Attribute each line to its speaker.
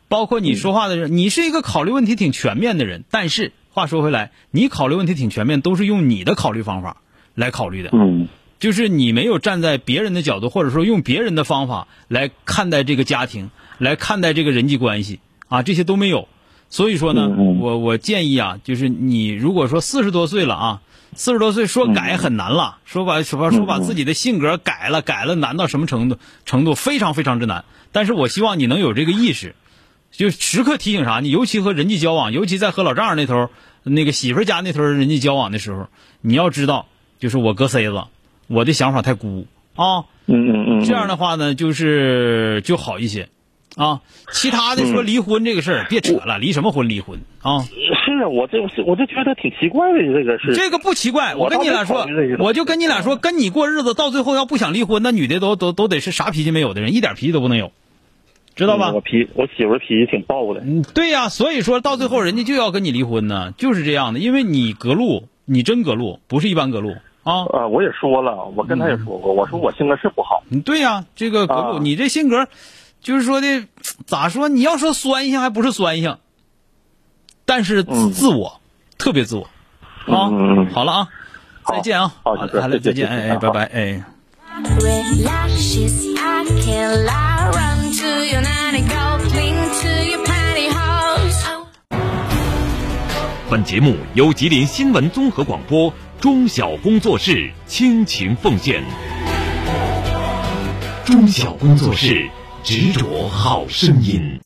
Speaker 1: 包括你说话的，你是一个考虑问题挺全面的人。但是话说回来，你考虑问题挺全面，都是用你的考虑方法来考虑的。
Speaker 2: 嗯
Speaker 1: 就是你没有站在别人的角度，或者说用别人的方法来看待这个家庭，来看待这个人际关系啊，这些都没有。所以说呢，
Speaker 2: 嗯嗯
Speaker 1: 我我建议啊，就是你如果说四十多岁了啊，四十多岁说改很难了，说把说把说把自己的性格改了，改了难到什么程度程度，非常非常之难。但是我希望你能有这个意识，就时刻提醒啥你，尤其和人际交往，尤其在和老丈人那头儿那个媳妇儿家那头儿人际交往的时候，你要知道，就是我搁塞子，我的想法太孤啊，
Speaker 2: 嗯嗯嗯，
Speaker 1: 这样的话呢，就是就好一些啊。其他的说离婚这个事儿，别扯了，离什么婚离婚啊？
Speaker 2: 是啊，我这我就觉得挺奇怪的这个事。
Speaker 1: 这个不奇怪，我
Speaker 2: 我
Speaker 1: 跟你俩
Speaker 2: 倒
Speaker 1: 说
Speaker 2: 没考虑这个，东西嗯
Speaker 1: 我就跟你俩说，跟你过日子到最后要不想离婚，那女的都都都得是啥脾气没有的人，一点脾气都不能有，知
Speaker 2: 知
Speaker 1: 道吧？
Speaker 2: 嗯我脾我媳妇儿脾气挺暴的。
Speaker 1: 嗯，对呀、所以说到最后人家就要跟你离婚呢，就是这样的，因为你隔路，你真隔路，不是一般隔路啊。
Speaker 2: 啊，我也说了，我跟他也说过，我说我性格是不好，
Speaker 1: 嗯对呀、这个隔路，
Speaker 2: 啊
Speaker 1: 你这性格，就是说的，咋说？你要说酸性还不是酸性，但是自
Speaker 2: 嗯
Speaker 1: 自我，特别自我啊。
Speaker 2: 嗯嗯嗯
Speaker 1: 好了啊，再见啊，
Speaker 2: 好
Speaker 1: 好
Speaker 2: 谢谢
Speaker 1: 嘞，好嘞，
Speaker 2: 谢谢
Speaker 1: 再见，
Speaker 2: 谢谢
Speaker 1: 哎，哎
Speaker 2: 啊
Speaker 1: 拜
Speaker 2: 好
Speaker 1: 拜，哎。
Speaker 3: Lashes, I can lie. Run to your nanny, go cling to your pantyhose. I
Speaker 4: 本节目由吉林新闻综合广播中小工作室倾情奉献。中小工作室执着好声音。